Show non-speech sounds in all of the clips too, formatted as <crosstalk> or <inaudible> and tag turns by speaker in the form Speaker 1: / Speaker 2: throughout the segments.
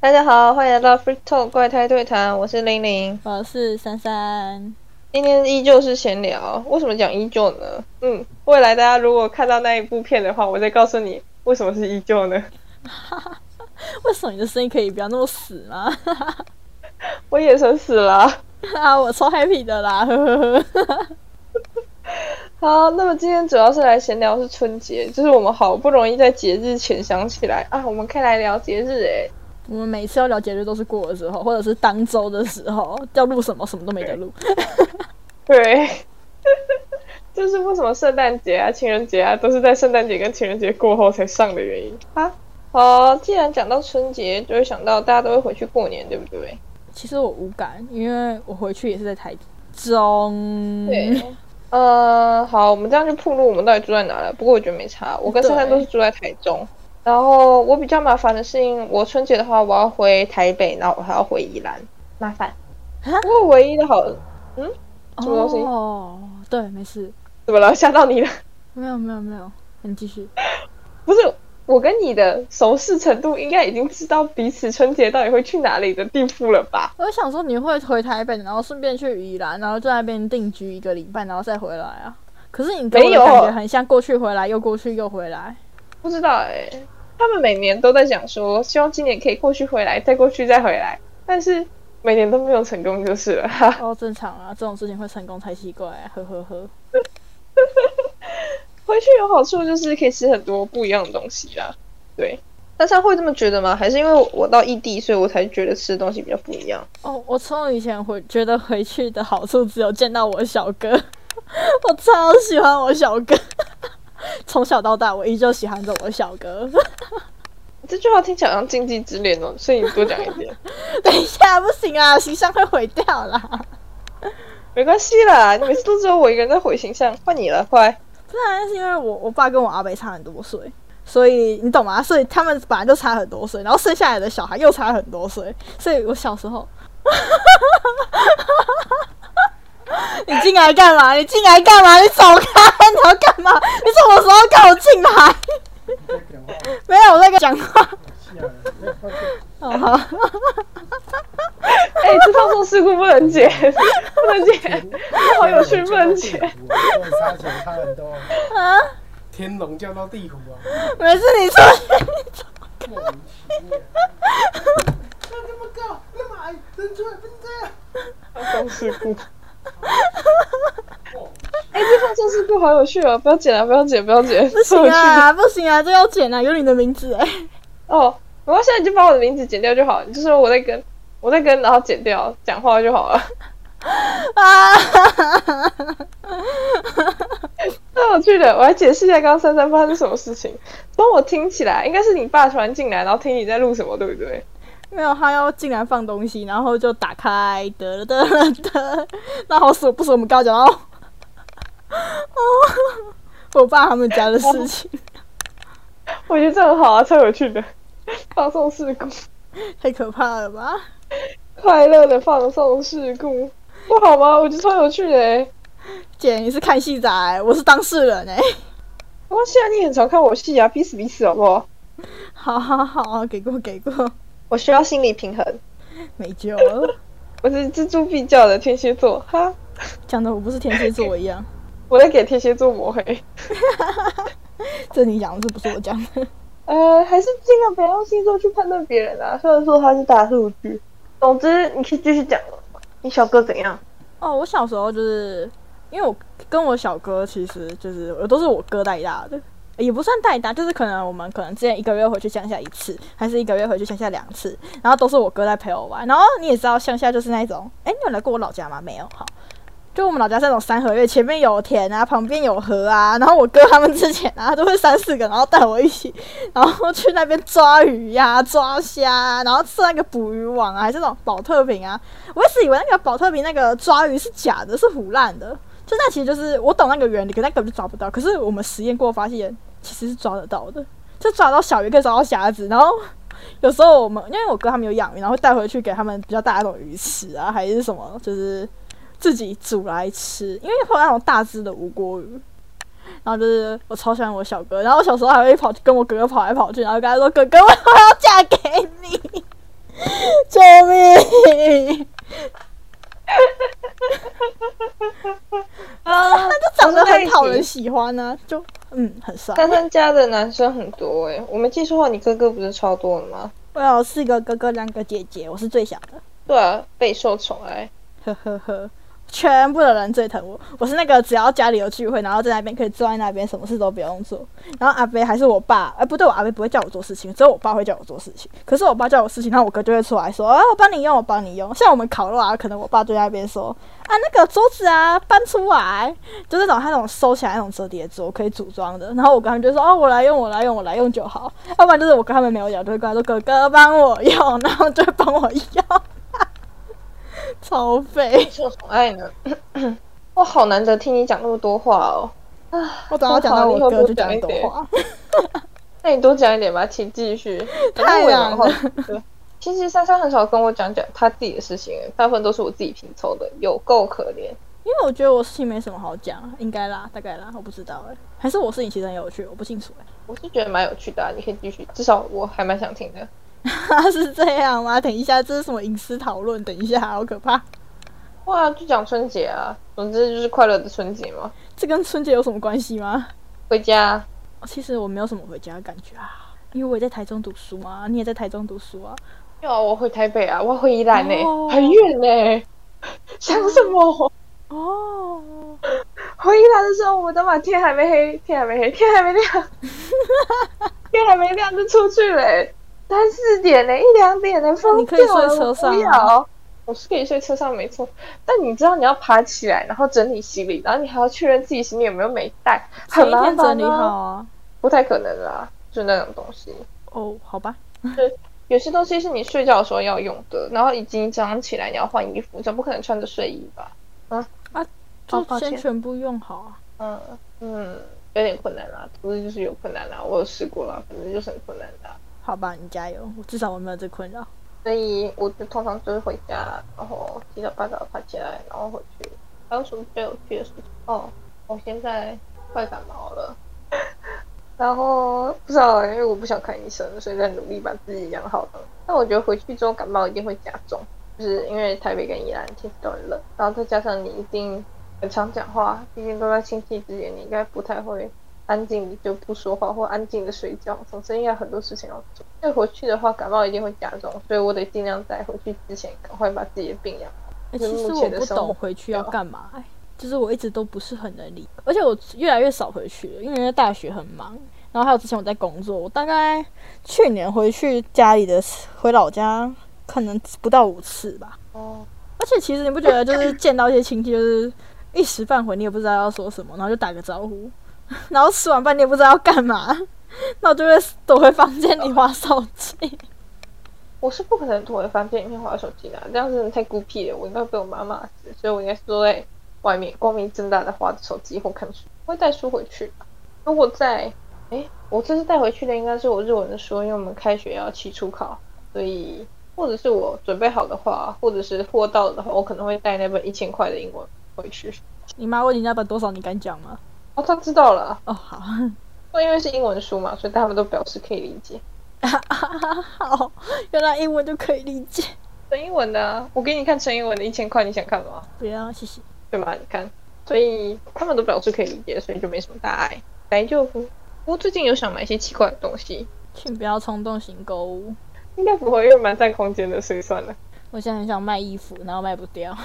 Speaker 1: 大家好，欢迎来到 Freak Talk 怪胎对谈，我是玲玲。
Speaker 2: 我是珊珊，
Speaker 1: 今天依旧是闲聊，为什么讲依旧呢？嗯，未来大家如果看到那一部片的话，我再告诉你为什么是依旧呢。 <laughs>
Speaker 2: 为什么你的声音可以不要那么死吗？ <laughs>
Speaker 1: 我眼神死了。
Speaker 2: 啊，我超 happy 的啦， <laughs> 呵呵呵。
Speaker 1: 好，那么今天主要是来闲聊是春节，就是我们好不容易在节日前想起来啊，我们可以来聊节日欸诶、
Speaker 2: 我们每次要聊节日都是过的时候，或者是当周的时候，要录什么什么都没得录。
Speaker 1: 对， <laughs> 就是为什么圣诞节啊、情人节啊都是在圣诞节跟情人节过后才上的原因啊。好，既然讲到春节，就会想到大家都会回去过年，对不对？
Speaker 2: 其实我无感，因为我回去也是在台中。
Speaker 1: 对，呃，好，我们这样就铺路，我们到底住在哪了？不过我觉得没差，我跟珊珊都是住在台中。然后我比较麻烦的事情，我春节的话我要回台北，然后我还要回宜兰，麻烦。
Speaker 2: 啊
Speaker 1: 不过唯一的好，什么东西
Speaker 2: 哦，对，没事，
Speaker 1: 怎么了？吓到你了？
Speaker 2: 没有没有没有，你继续。
Speaker 1: 不是，我跟你的熟识程度应该已经知道彼此春节到底会去哪里的地步了吧？
Speaker 2: 我想说你会回台北，然后顺便去宜兰，然后就在那边定居一个礼拜，然后再回来啊。可是你给我
Speaker 1: 没
Speaker 2: 的
Speaker 1: 有
Speaker 2: 感觉很像过去回来又过去又回来。
Speaker 1: 不知道哎、他们每年都在讲说，希望今年可以过去回来，再过去再回来，但是每年都没有成功就是了。 <laughs> 哈哈
Speaker 2: 哦，正常啊，这种事情会成功才奇怪、啊呵呵呵。
Speaker 1: 回去有好处就是可以吃很多不一样的东西啦。对，大家会这么觉得吗？还是因为我到异地，所以我才觉得吃的东西比较不一样？
Speaker 2: 哦，我从以前回觉得回去的好处只有见到我小哥， <laughs> 我超喜欢我小哥，从小到大我依旧喜欢着我小哥。 <laughs>
Speaker 1: 这句话听起来好像禁忌之恋哦，所以你多讲一 <laughs> 点，
Speaker 2: 等一下，不行啊，形象会毁掉啦。
Speaker 1: 没关系啦。你每次都只有我一个人在毁形象，换你了，快！
Speaker 2: 不然啊是因为我我爸跟我阿伯差很多岁，所以你懂吗？所以他们本来就差很多岁，然后生下来的小孩又差很多岁，所以我小时候， <laughs> 你进来干嘛？你进来干嘛？你走开！你要干嘛？你什么时候跟我进来？
Speaker 3: 在讲话，
Speaker 2: 没有，我在跟你讲话。
Speaker 3: 吓人！
Speaker 2: 哦好，
Speaker 1: <laughs> 哎、这放送事故不能剪，不能剪，好有
Speaker 3: <laughs>
Speaker 1: 趣，不能 <laughs> 剪。
Speaker 3: 乱杀球差很多。
Speaker 2: 啊，
Speaker 3: 天龙叫到地虎啊，
Speaker 2: 没事，你出去。
Speaker 3: 莫名其妙。那这么高，那么矮，人出来不是这样。
Speaker 1: 放送事故。哎、这放送事故好有趣哦！不要剪了，不要剪，不要剪，
Speaker 2: 不行啊，不行啊，这要剪啊，有你的名字哎、
Speaker 1: 哦，然后现在你就把我的名字剪掉就好，你就说我在跟我在跟，然后剪掉讲话就好了。 <laughs>
Speaker 2: 啊！
Speaker 1: 太有趣了！我来解释一下刚刚珊珊发生什么事情。帮我听起来，应该是你爸突然进来，然后听你在录什么，对不对？
Speaker 2: 没有，他要进来放东西，然后就打开，得得得得，那好死不死我们刚刚讲到， <laughs> 哦，我爸他们家的事情，
Speaker 1: 我觉得这很好啊，超有趣的，放送事故，
Speaker 2: 太可怕了吧？
Speaker 1: 快乐的放送事故，不好吗？我觉得超有趣的欸。
Speaker 2: 姐，你是看戏仔，我是当事人哎、
Speaker 1: 哇，现在你很常看我戏啊，彼此彼此好不好？
Speaker 2: 好好好，给过给过，
Speaker 1: 我需要心理平衡，
Speaker 2: 没救了，
Speaker 1: 我是锱铢必较的天蝎座，哈，
Speaker 2: 讲的我不是天蝎座一样，
Speaker 1: 我在给天蝎座抹黑。
Speaker 2: 这你讲的，这不是我讲的，
Speaker 1: 呃，还是尽量不要用星座去判断别人啊。虽然说它是大数据，总之你可以继续讲了。你小哥怎样？
Speaker 2: 哦，我小时候就是因为我跟我小哥，其实就是我都是我哥带大的，也不算带大，就是可能我们可能之前一个月回去乡下一次，还是一个月回去乡下两次，然后都是我哥在陪我玩。然后你也知道，乡下就是那种，哎，你有来过我老家吗？没有，好。就我们老家是那种三合院，前面有田啊，旁边有河啊，然后我哥他们之前啊都会三四个，然后带我一起，然后去那边抓鱼呀、抓虾、啊，然后吃那个捕鱼网啊，还是那种保特瓶啊，我一直以为那个保特瓶那个抓鱼是假的，是腐烂的。就那其实就是我懂那个原理，可那根本就抓不到。可是我们实验过发现，其实是抓得到的，就抓到小鱼可以抓到虾子。然后 <laughs> 有时候我们因为我哥他们有养鱼，然后带回去给他们比较大的那种鱼吃啊，还是什么，就是自己煮来吃。因为会有那种大只的无锅鱼。然后就是我超喜欢我小哥，然后我小时候还会跑去跟我哥哥跑来跑去，然后跟他说：“哥哥，我要嫁给你。” <laughs> 你。
Speaker 1: 啊，
Speaker 2: 他长得很讨人喜欢呢、就嗯很帅。
Speaker 1: 珊珊家的男生很多哎、我没记错的话，你哥哥不是超多的吗？
Speaker 2: 我有四个哥哥，两个姐姐，我是最小的，
Speaker 1: 对啊，备受宠爱。
Speaker 2: 呵呵呵。 <laughs> 全部的人最疼我，我是那个只要家里有聚会，然后在那边可以坐在那边，什么事都不用做。然后阿贝还是我爸，哎、不对，我阿贝不会叫我做事情，只有我爸会叫我做事情。可是我爸叫我事情，然后我哥就会出来说：“啊，我帮你用，我帮你用。”像我们烤肉啊，可能我爸就在那边说：“啊，那个桌子啊，搬出来。”就那种他那种收起来那种折叠桌，可以组装的。然后我跟他们就说：“哦，我来用，我来用，我来用就好。”要不然就是我跟他们没有讲，就会跟他说：“哥哥帮我用。”然后就会帮我用， <laughs> 超费。
Speaker 1: 受宠爱 <clears throat> 呢？我好难得听你讲那么多话哦。
Speaker 2: 我等到讲到我哥就讲一朵花，
Speaker 1: 那你多讲一点吧，请继
Speaker 2: <laughs>
Speaker 1: 续。反正
Speaker 2: 太难了
Speaker 1: 我也蛮好奇的。其实珊珊很少跟我讲讲她自己的事情，大部分都是我自己拼凑的，有够可怜。
Speaker 2: <laughs> 因为我觉得我事情没什么好讲，应该啦，大概啦，我不知道哎、还是我事情其实很有趣，我不清楚哎、
Speaker 1: 我是觉得蛮有趣的、啊，你可以继续，至少我还蛮想听的。
Speaker 2: 欸 <laughs> 是这样吗？等一下，这是什么隐私讨论？等一下，好可怕！
Speaker 1: 哇，就讲春节啊，总之就是快乐的春节嘛。
Speaker 2: 这跟春节有什么关系吗？
Speaker 1: 回家，
Speaker 2: 哦其实我没有什么回家的感觉啊，因为我也在台中读书啊，你也在台中读书啊，
Speaker 1: 要啊我回台北啊，我要回宜兰呢、
Speaker 2: 哦
Speaker 1: 很远呢、想什么？
Speaker 2: 哦，
Speaker 1: 回宜兰的时候，我们都把天还没黑，天还没黑，天还没
Speaker 2: <laughs>
Speaker 1: 亮，天还没亮就出去了、欸，三四点呢、一两点呢、疯
Speaker 2: 你可以
Speaker 1: 掉了
Speaker 2: 睡车上
Speaker 1: 我
Speaker 2: 啊
Speaker 1: 不要我是可以睡车上没错，但你知道你要爬起来，然后整理行李，然后你还要确认自己行李有没有没带，
Speaker 2: 前
Speaker 1: 很
Speaker 2: 一
Speaker 1: 麻烦、
Speaker 2: 天
Speaker 1: 啊。
Speaker 2: 整理好啊，
Speaker 1: 不太可能啦，就那种东西。
Speaker 2: 哦，好吧，
Speaker 1: 有些东西是你睡觉的时候要用的，然后以及你早上起来你要换衣服，总不可能穿着睡衣吧？哦
Speaker 2: 就
Speaker 1: 抱歉
Speaker 2: 先全部用好啊，
Speaker 1: 嗯嗯，有点困难啦，不是就是有困难啦，我有试过啦，反正就是很困难的啊。
Speaker 2: 好吧，你加油，我至少我没有这困扰。
Speaker 1: 所以我就通常就是回家，然后七早八早爬起来，然后回去。还有什么比较有趣的事情？哦，我现在快感冒了， <laughs> 然后不知道欸，因为我不想看医生，所以在努力把自己养好的。但我觉得回去之后感冒一定会加重，就是因为台北跟宜兰天气都很冷，然后再加上你一定很常讲话，毕竟都在亲戚之间，你应该不太会安静的就不说话或安静的睡觉，总之应该很多事情要做。所以回去的话，感冒一定会加重，所以我得尽量在回去之前赶快把自己的病养好。
Speaker 2: 欸、其
Speaker 1: 就是
Speaker 2: 实
Speaker 1: 目
Speaker 2: 我
Speaker 1: 前的
Speaker 2: 不
Speaker 1: 生活
Speaker 2: 懂回去要干嘛、欸，就是我一直都不是很能理，而且我越来越少回去了，因为大学很忙，然后还有之前我在工作，我大概去年回去家里的回老家可能不到五次吧。
Speaker 1: 哦，
Speaker 2: 而且其实你不觉得就是见到一些亲戚，就是一时半会你也不知道要说什么，然后就打个招呼， <laughs> 然后吃完饭你也不知道要干嘛，那我就会躲回房间里划手机。
Speaker 1: 我是不可能躲在房间里面划手机的啊，这样真的太孤僻了，我应该被我妈骂死。所以我应该是坐在外面光明正大的划着手机或看书，会带书回去吧。如果在，诶，我这次带回去的应该是我日文的书，因为我们开学要期初考，所以或者是我准备好的话，或者是货到的话，我可能会带那本一千块的英文回去。
Speaker 2: <laughs> 你妈问你那本多少，你敢讲吗？
Speaker 1: 哦，他知道了，
Speaker 2: 哦，好。
Speaker 1: 那因为是英文书嘛，所以他们都表示可以理解。
Speaker 2: 好，原来英文就可以理解。
Speaker 1: 纯英文的、啊，我给你看纯英文的一千块，你想看吗？
Speaker 2: 不要，谢谢。
Speaker 1: 对吧？你看，所以他们都表示可以理解，所以就没什么大碍。来就不，不过最近有想买一些奇怪的东西，
Speaker 2: 请不要冲动型购物。
Speaker 1: 应该不会，因为蛮占空间的，所以算了。
Speaker 2: 我现在很想卖衣服，然后卖不掉。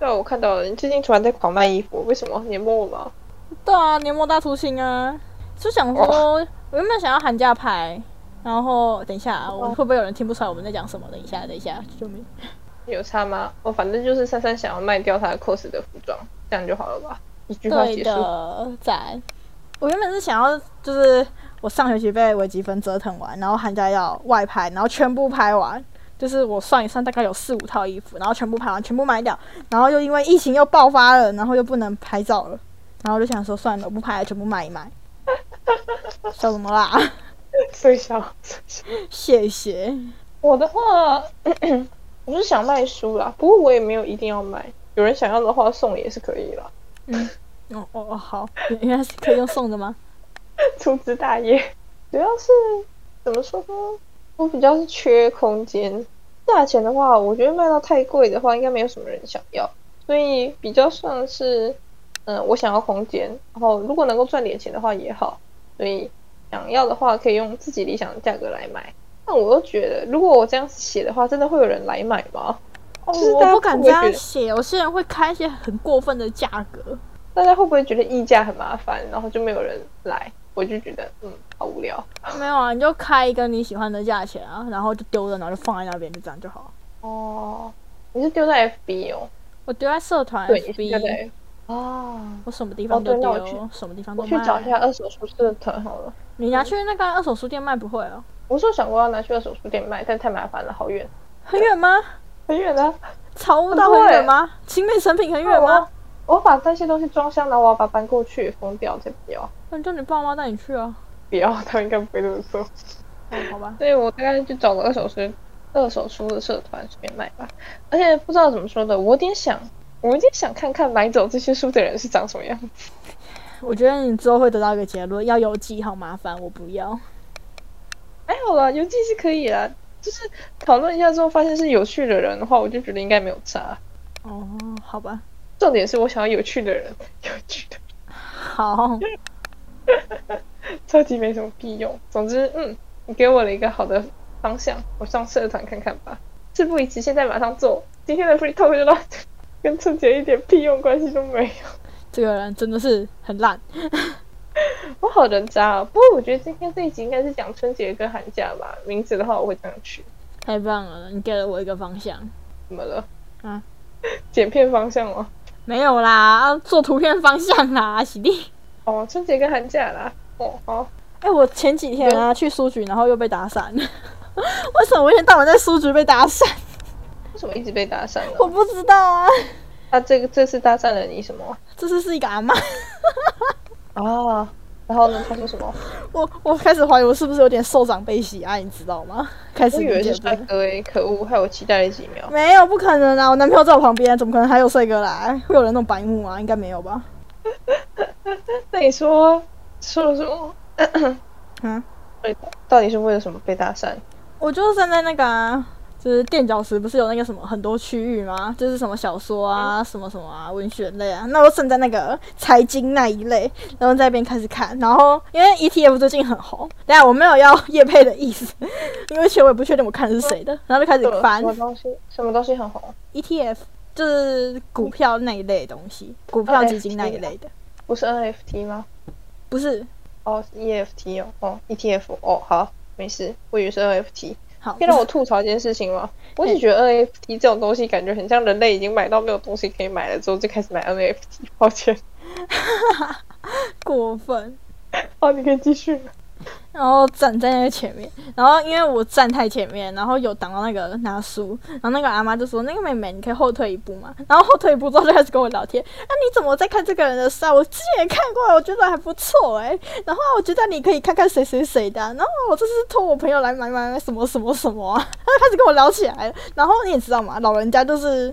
Speaker 1: 对啊，我看到了，你最近突然在狂卖衣服，为什么？你摸我吗？
Speaker 2: 对啊，年末大出新啊，就想说，我原本想要寒假拍，然后等一下啊，我会不会有人听不出来我们在讲什么？等一下，等一下，救命！
Speaker 1: 有差吗？我、反正就是珊珊想要卖掉她的 cos 的服装，这样就好了吧？一句话
Speaker 2: 对
Speaker 1: 结 <laughs> 束。
Speaker 2: 的，赞。我原本是想要，就是我上学期被微积分折腾完，然后寒假要外拍，然后全部拍完，就是我算一算，大概有四五套衣服，然后全部拍完，全部卖掉，然后又因为疫情又爆发了，然后又不能拍照了，然后我就想说算了，我不拍了，全部卖一卖。笑什么啦？ <laughs>
Speaker 1: 最小，最小。
Speaker 2: 谢谢。
Speaker 1: 我的话， <clears throat> 我是想卖书啦，不过我也没有一定要买，有人想要的话送也是可以啦， <laughs>
Speaker 2: 哦哦哦，好，原原来是可以用送的吗？
Speaker 1: 粗枝大叶。主要是怎么说呢？我比较是缺空间，价钱的话，我觉得卖到太贵的话，应该没有什么人想要，所以比较算是，嗯，我想要空间，然后如果能够赚点钱的话也好，所以想要的话可以用自己理想的价格来买。但我又觉得，如果我这样写的话，真的会有人来买吗？
Speaker 2: 哦
Speaker 1: 就是
Speaker 2: 我
Speaker 1: 大家
Speaker 2: 不敢
Speaker 1: 不
Speaker 2: 这
Speaker 1: 会
Speaker 2: 样
Speaker 1: 觉得
Speaker 2: 写，我虽然会开一些很过分的价格，
Speaker 1: 大家会不会觉得议价很麻烦，然后就没有人来？我就觉得，嗯，好无聊。
Speaker 2: 没有啊，你就开一个你喜欢的价钱啊，然后就丢着，然后就放在那边，就这样就好。
Speaker 1: 哦，你是丢在 FB 哦？
Speaker 2: 我丢在社团
Speaker 1: 对，你是丢
Speaker 2: FB，
Speaker 1: 在哦。
Speaker 2: 我什么地方
Speaker 1: 哦
Speaker 2: 都
Speaker 1: 对那
Speaker 2: 丢，
Speaker 1: 我去
Speaker 2: 什么地方都
Speaker 1: 我去找一下
Speaker 2: 卖。
Speaker 1: 二手书社团好了。
Speaker 2: 你拿去那个二手书店卖不会哦？
Speaker 1: 我是有想过要拿去二手书店卖，但太麻烦了，好远，
Speaker 2: 很远吗？
Speaker 1: 很远啊！
Speaker 2: 草屋
Speaker 1: 很
Speaker 2: 到很
Speaker 1: 贵哦
Speaker 2: 远吗？青美成品很远
Speaker 1: 我
Speaker 2: 吗
Speaker 1: 要？我要把那些东西装箱，然后我要把它搬过去，疯掉才不要，
Speaker 2: 那你叫你爸妈带你去啊。
Speaker 1: 不要，他们应该不会这么做。
Speaker 2: 哦好吧，
Speaker 1: 所以我大概去找个二手书、二手书的社团随便卖吧。而且不知道怎么说的，我有点想，我有点想看看买走这些书的人是长什么样子。
Speaker 2: 我觉得你之后会得到一个结论，要邮寄好麻烦，我不要。
Speaker 1: 还好啦，邮寄是可以啦，就是讨论一下之后发现是有趣的人的话，我就觉得应该没有差。
Speaker 2: 哦，好吧，
Speaker 1: 重点是我想要有趣的人，有趣的
Speaker 2: 好，
Speaker 1: 超级没什么屁用。总之，嗯，你给我了一个好的方向，我上社团看看吧。事不宜迟，现在马上做。今天的 free talk 就到这，跟春节一点屁用关系都没有。
Speaker 2: 这个人真的是很烂。
Speaker 1: 我好人渣啊！不过我觉得今天这一集应该是讲春节跟寒假吧。名字的话，我会这样取。
Speaker 2: 太棒了，你给了我一个方向。
Speaker 1: 怎么了？
Speaker 2: 啊，
Speaker 1: <laughs> 剪片方向哦吗？
Speaker 2: 没有啦，做图片方向啦，喜弟。
Speaker 1: 哦，春节跟寒假啦。哦，好，
Speaker 2: 哎、我前几天啊去书局，然后又被打散。 <laughs> 为什么我一天到晚在书局被打散？ <laughs>
Speaker 1: 为什么一直被搭讪呢？
Speaker 2: 我不知道啊。
Speaker 1: 他这个这次搭讪了你什么？
Speaker 2: 这次是一个阿妈，
Speaker 1: 啊，然后呢？他说什么？
Speaker 2: <laughs> 我我开始怀疑我是不是有点受长辈喜爱，你知道吗？开始
Speaker 1: 我以为
Speaker 2: 理解
Speaker 1: 是
Speaker 2: 不
Speaker 1: 帅
Speaker 2: 了。
Speaker 1: 哥诶，可恶，害我期待了几秒。
Speaker 2: 没有，不可能啊！我男朋友在我旁边，怎么可能还有帅哥来？会有人弄白目啊？应该没有吧？
Speaker 1: 那你说说了什么？
Speaker 2: 嗯，
Speaker 1: 对的，到底是为了什么被搭讪？
Speaker 2: 我就是站在那个、啊，就是垫脚石，不是有那个什么很多区域吗？就是什么小说
Speaker 1: 嗯
Speaker 2: 啊、什么什么啊、文学类啊。那我站在那个财经那一类，然后在那边开始看。然后因为 ETF 最近很红，等一下我没有要叶配的意思， <laughs> 因为其实我也不确定我看的是谁
Speaker 1: 嗯
Speaker 2: 的，然后就开始
Speaker 1: 什么
Speaker 2: 翻
Speaker 1: 什么东西？什么东西很红？
Speaker 2: ETF，就是股票那一类的东西，股票基金那一类的，
Speaker 1: 不哦是 NFT 吗？
Speaker 2: 不是。
Speaker 1: 哦，EFT 哦，哦，ETF 哦，好，没事，我以为是 NFT。
Speaker 2: 好，
Speaker 1: 可以让我吐槽一件事情吗？我只觉得 NFT 这种东西感觉很像人类已经买到没有东西可以买了之后就开始买 NFT。抱歉，
Speaker 2: 过分。
Speaker 1: 好，你可以继续了。
Speaker 2: 然后站在那个前面，然后因为我站太前面，然后有挡到那个拿书，然后那个阿妈就说：“那个妹妹，你可以后退一步嘛。”然后后退一步之后就开始跟我聊天：“那、你怎么在看这个人的书啊？我之前也看过，我觉得还不错诶、然后我觉得你可以看看谁谁谁的啊、然后我这次托我朋友来买买买什么什么什么、啊，他就开始跟我聊起来了。然后你也知道嘛，老人家就是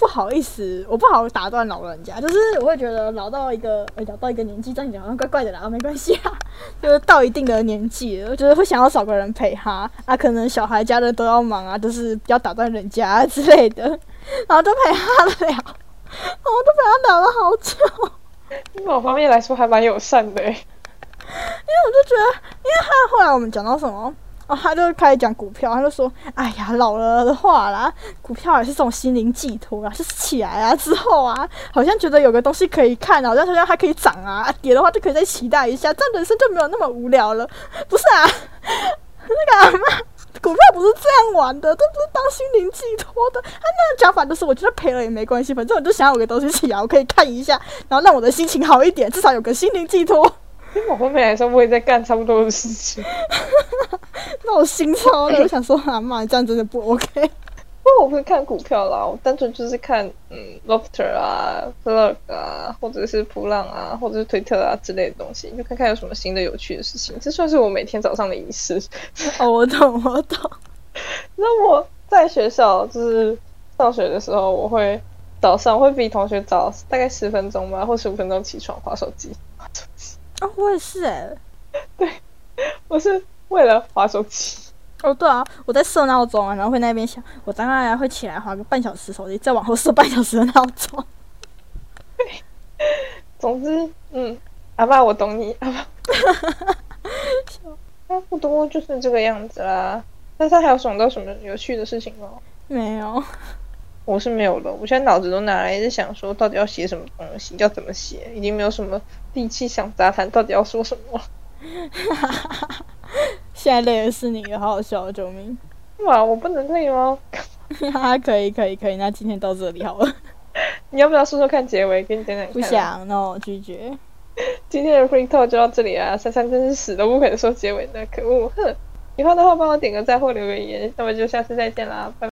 Speaker 2: 不好意思，我不好打断老人家，就是我会觉得老到一个、哎老到一个年纪，这样讲好像怪怪的啦，没关系啊。就是到一定的年纪了，就是会想要找个人陪他啊，可能小孩家人都要忙啊，就是不要打断人家、啊、之类的，然后就陪他聊，然后就陪他聊了好久。
Speaker 1: 某方面来说还蛮友善的诶。欸
Speaker 2: 因为我就觉得，因为他后来我们讲到什么，哦，他就开始讲股票，他就说，哎呀，老了的话啦，股票也是这种心灵寄托啊，就是起来啊之后啊，好像觉得有个东西可以看，好像好像它可以涨啊，啊跌的话就可以再期待一下，这样人生就没有那么无聊了。不是啊，那个阿妈。股票不是这样玩的，这不是当心灵寄托的。他那个讲法就是，我觉得赔了也没关系，反正我就想要有个东西起来，我可以看一下，然后让我的心情好一点，至少有个心灵寄托。
Speaker 1: 对某方面来说，我也在干差不多的事情。
Speaker 2: 那我心超 <laughs> 累，我想说啊妈，这样真的不 OK。 <laughs>
Speaker 1: 不过我不是看股票啦，我单纯就是看嗯 Lofter 啊、Plug 啊，或者是普浪啊，或者是推特啊之类的东西，就看看有什么新的有趣的事情。这算是我每天早上的仪式。 <laughs>
Speaker 2: 哦，我懂，我懂。
Speaker 1: 那我在学校就是上学的时候，我会早上会比同学早大概十分钟吧，或十五分钟起床划手机。划手机，
Speaker 2: 欸哦，我也是哎、
Speaker 1: 我是为了划手机。
Speaker 2: 哦，对啊，我在设闹钟啊，然后会那边想，我大概会起来花个半小时手机，再往后设半小时的闹钟。
Speaker 1: 总之，嗯，阿爸，我懂你，阿爸，
Speaker 2: <laughs>
Speaker 1: 差不多就是这个样子啦。但是还有想到什么有趣的事情吗？
Speaker 2: <laughs> 没有，
Speaker 1: 我是没有了，我现在脑子都拿来在想说，到底要写什么东西，要怎么写，已经没有什么力气想杂谈，到底要说什么。 <laughs>
Speaker 2: 现在累的是你，好好笑哦，救命！ <laughs>
Speaker 1: 哇，我不能累吗？
Speaker 2: 哈哈，可以可以可以，那今天到这里好了。
Speaker 1: 你要不要说说看结尾？给你讲讲看。
Speaker 2: 不。 <laughs> 想，那我拒绝。
Speaker 1: 今天的 free talk 就到这里啦。珊珊真是死都不肯说结尾的，可恶！哼，以后的话帮我点个赞或留个言，那么就下次再见啦，拜拜。